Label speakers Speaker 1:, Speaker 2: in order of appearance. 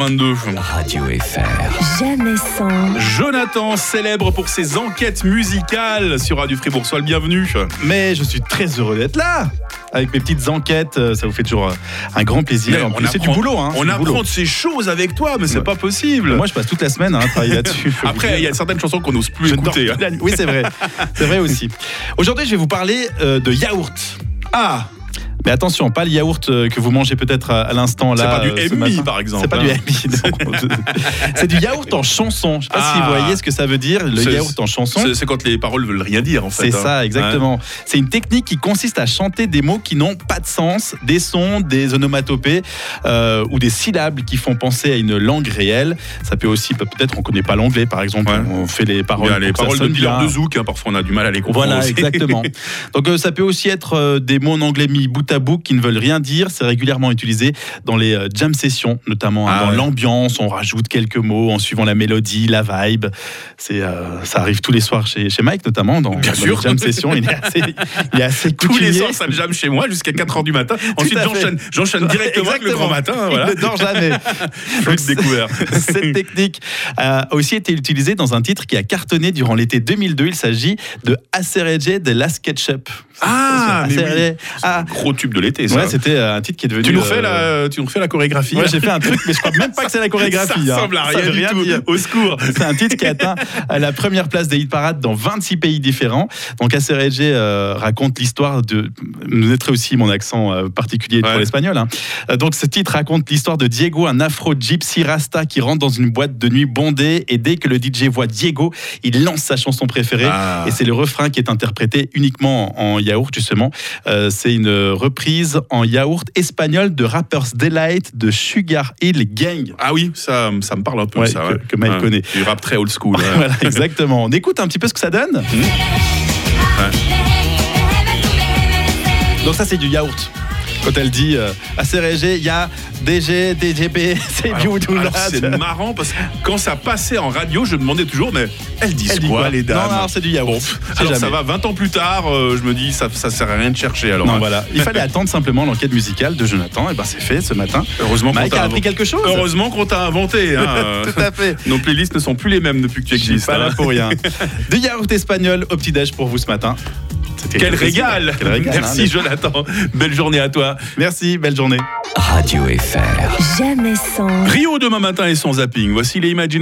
Speaker 1: 22.
Speaker 2: Radio FR.
Speaker 3: Jamais sans,
Speaker 1: Jonathan, célèbre pour ses enquêtes musicales sur Radio Fribourg, sois le bienvenu.
Speaker 4: Hein, Mais je suis très heureux d'être là avec mes petites enquêtes, euh, ça vous fait toujours euh, un grand plaisir.
Speaker 1: Mais
Speaker 4: En
Speaker 1: on
Speaker 4: plus, C'est du
Speaker 1: apprend-
Speaker 4: boulot, hein. c'est
Speaker 1: On
Speaker 4: du boulot.
Speaker 1: apprend de ces choses avec toi, mais c'est
Speaker 4: Ouais.
Speaker 1: pas possible.
Speaker 4: Moi, je passe toute la semaine hein, à travailler là-dessus. faut vous dire.
Speaker 1: Après, il y a certaines chansons qu'on n'ose plus
Speaker 4: Je ne dors
Speaker 1: écouter. hein.
Speaker 4: plus la nuit. Oui, c'est vrai. C'est vrai aussi. Aujourd'hui, je vais vous parler euh, de yaourt. Ah mais attention, pas le yaourt euh, que vous mangez peut-être à, à l'instant
Speaker 1: C'est pas
Speaker 4: là.
Speaker 1: du
Speaker 4: euh, ce
Speaker 1: MI,
Speaker 4: matin.
Speaker 1: par exemple,
Speaker 4: C'est pas
Speaker 1: hein.
Speaker 4: du MI. non. C'est du yaourt en chanson. Je sais pas si
Speaker 1: Ah.
Speaker 4: vous voyez ce que ça veut dire, le
Speaker 1: C'est-
Speaker 4: yaourt en chanson.
Speaker 1: C'est- C'est quand les paroles veulent rien dire, en fait.
Speaker 4: C'est
Speaker 1: hein.
Speaker 4: ça, exactement. C'est une technique qui consiste à chanter des mots qui n'ont pas de sens, des sons, des onomatopées euh, ou des syllabes qui font penser à une langue réelle. Ça peut aussi, peut-être, on connaît pas l'anglais, par exemple,
Speaker 1: Ouais.
Speaker 4: on fait les
Speaker 1: Ouais.
Speaker 4: paroles.
Speaker 1: Bien, les
Speaker 4: pour que
Speaker 1: paroles
Speaker 4: ça
Speaker 1: de
Speaker 4: sonne
Speaker 1: Miller
Speaker 4: bien.
Speaker 1: de Zouk, hein, parfois on a du mal à les comprendre.
Speaker 4: Voilà,
Speaker 1: aussi.
Speaker 4: exactement. Donc euh, ça peut aussi être euh, des mots en anglais mis bout à bout qui ne veulent rien dire. C'est régulièrement utilisé dans les euh, jam sessions, notamment hein,
Speaker 1: Ah
Speaker 4: dans
Speaker 1: ouais.
Speaker 4: l'ambiance. On rajoute quelques mots en suivant la mélodie, la vibe. C'est euh, ça arrive tous les soirs chez, chez Mike notamment dans,
Speaker 1: Bien
Speaker 4: dans
Speaker 1: sûr.
Speaker 4: les jam sessions. Il est assez, il est assez
Speaker 1: Tous les
Speaker 4: coutumier.
Speaker 1: soirs, ça me jamme chez moi jusqu'à 4h du matin. Ensuite,
Speaker 4: à fait.
Speaker 1: j'enchaîne- j'enchaîne directement avec le
Speaker 4: Exactement.
Speaker 1: grand matin. hein, Voilà.
Speaker 4: Il ne dort jamais.
Speaker 1: Flux découvert.
Speaker 4: Cette technique a aussi été utilisée dans un titre qui a cartonné durant l'été 2002. Il s'agit de Acerege de la Sketchup.
Speaker 1: Ah, mais oui.
Speaker 4: Acerege- Ah,
Speaker 1: Gros tube de l'été, ça.
Speaker 4: Ouais, c'était euh, un titre qui est devenu.
Speaker 1: tu, nous
Speaker 4: euh,
Speaker 1: refais la, tu nous refais la chorégraphie
Speaker 4: Ouais, j'ai fait un truc, mais je crois même pas que c'est la chorégraphie.
Speaker 1: Ça
Speaker 4: hein.
Speaker 1: ressemble à
Speaker 4: Ça
Speaker 1: rien
Speaker 4: veut
Speaker 1: du tout.
Speaker 4: dire.
Speaker 1: Au secours.
Speaker 4: C'est un titre qui a atteint euh, la première place des hit parades dans 26 pays différents. Donc, ACRG raconte l'histoire de. Vous noterez aussi mon accent euh, particulier
Speaker 1: Ouais.
Speaker 4: pour l'espagnol. hein. Euh, Donc, ce titre raconte l'histoire de Diego, un afro-gypsy rasta qui rentre dans une boîte de nuit bondée. Et dès que le DJ voit Diego, il lance sa chanson préférée.
Speaker 1: Ah.
Speaker 4: Et c'est le refrain qui est interprété uniquement en yaourt, justement. Euh, c'est une reprise en yaourt espagnol de Rapper's Delight de Sugar Hill Gang.
Speaker 1: Ah oui, ça, ça me parle un peu,
Speaker 4: Ouais,
Speaker 1: ça.
Speaker 4: que- que Mike connaît.
Speaker 1: Du rap très old school. ouais.
Speaker 4: Voilà, exactement. On écoute un petit peu ce que ça donne. Donc ça, c'est du yaourt. Quand elle dit euh, ACRG, il y a DG, DGB, c'est
Speaker 1: Alors,
Speaker 4: beautiful.
Speaker 1: Ah, alors, c'est marrant parce que quand ça passait en radio, je me demandais toujours, mais elles disent
Speaker 4: Elle dit
Speaker 1: quoi, les dames
Speaker 4: Non, non, c'est du yaourt. C'est
Speaker 1: Alors ça
Speaker 4: jamais.
Speaker 1: va, 20 ans plus tard, euh, je me dis, ça, ça sert à rien de chercher alors.
Speaker 4: Non,
Speaker 1: hein.
Speaker 4: voilà. Il fallait attendre simplement l'enquête musicale de Jonathan. Et ben, c'est fait ce matin.
Speaker 1: Heureusement qu'on
Speaker 4: Mike
Speaker 1: t'a
Speaker 4: a appris
Speaker 1: inventé.
Speaker 4: quelque chose.
Speaker 1: Heureusement qu'on t'a inventé. hein.
Speaker 4: Tout à fait.
Speaker 1: Nos playlists ne sont plus les mêmes depuis que tu
Speaker 4: Je suis
Speaker 1: existes.
Speaker 4: pas
Speaker 1: hein.
Speaker 4: là pour rien. Du yaourt espagnol au petit-déj pour vous ce matin. C'était
Speaker 1: Quel
Speaker 4: plaisir.
Speaker 1: régal
Speaker 4: Quel régal, hein,
Speaker 1: Merci
Speaker 4: mais-
Speaker 1: Jonathan. Belle journée à toi.
Speaker 4: Merci, belle journée.
Speaker 2: Radio FR.
Speaker 3: jamais sans.
Speaker 1: Rio demain matin et son zapping. Voici les Imagine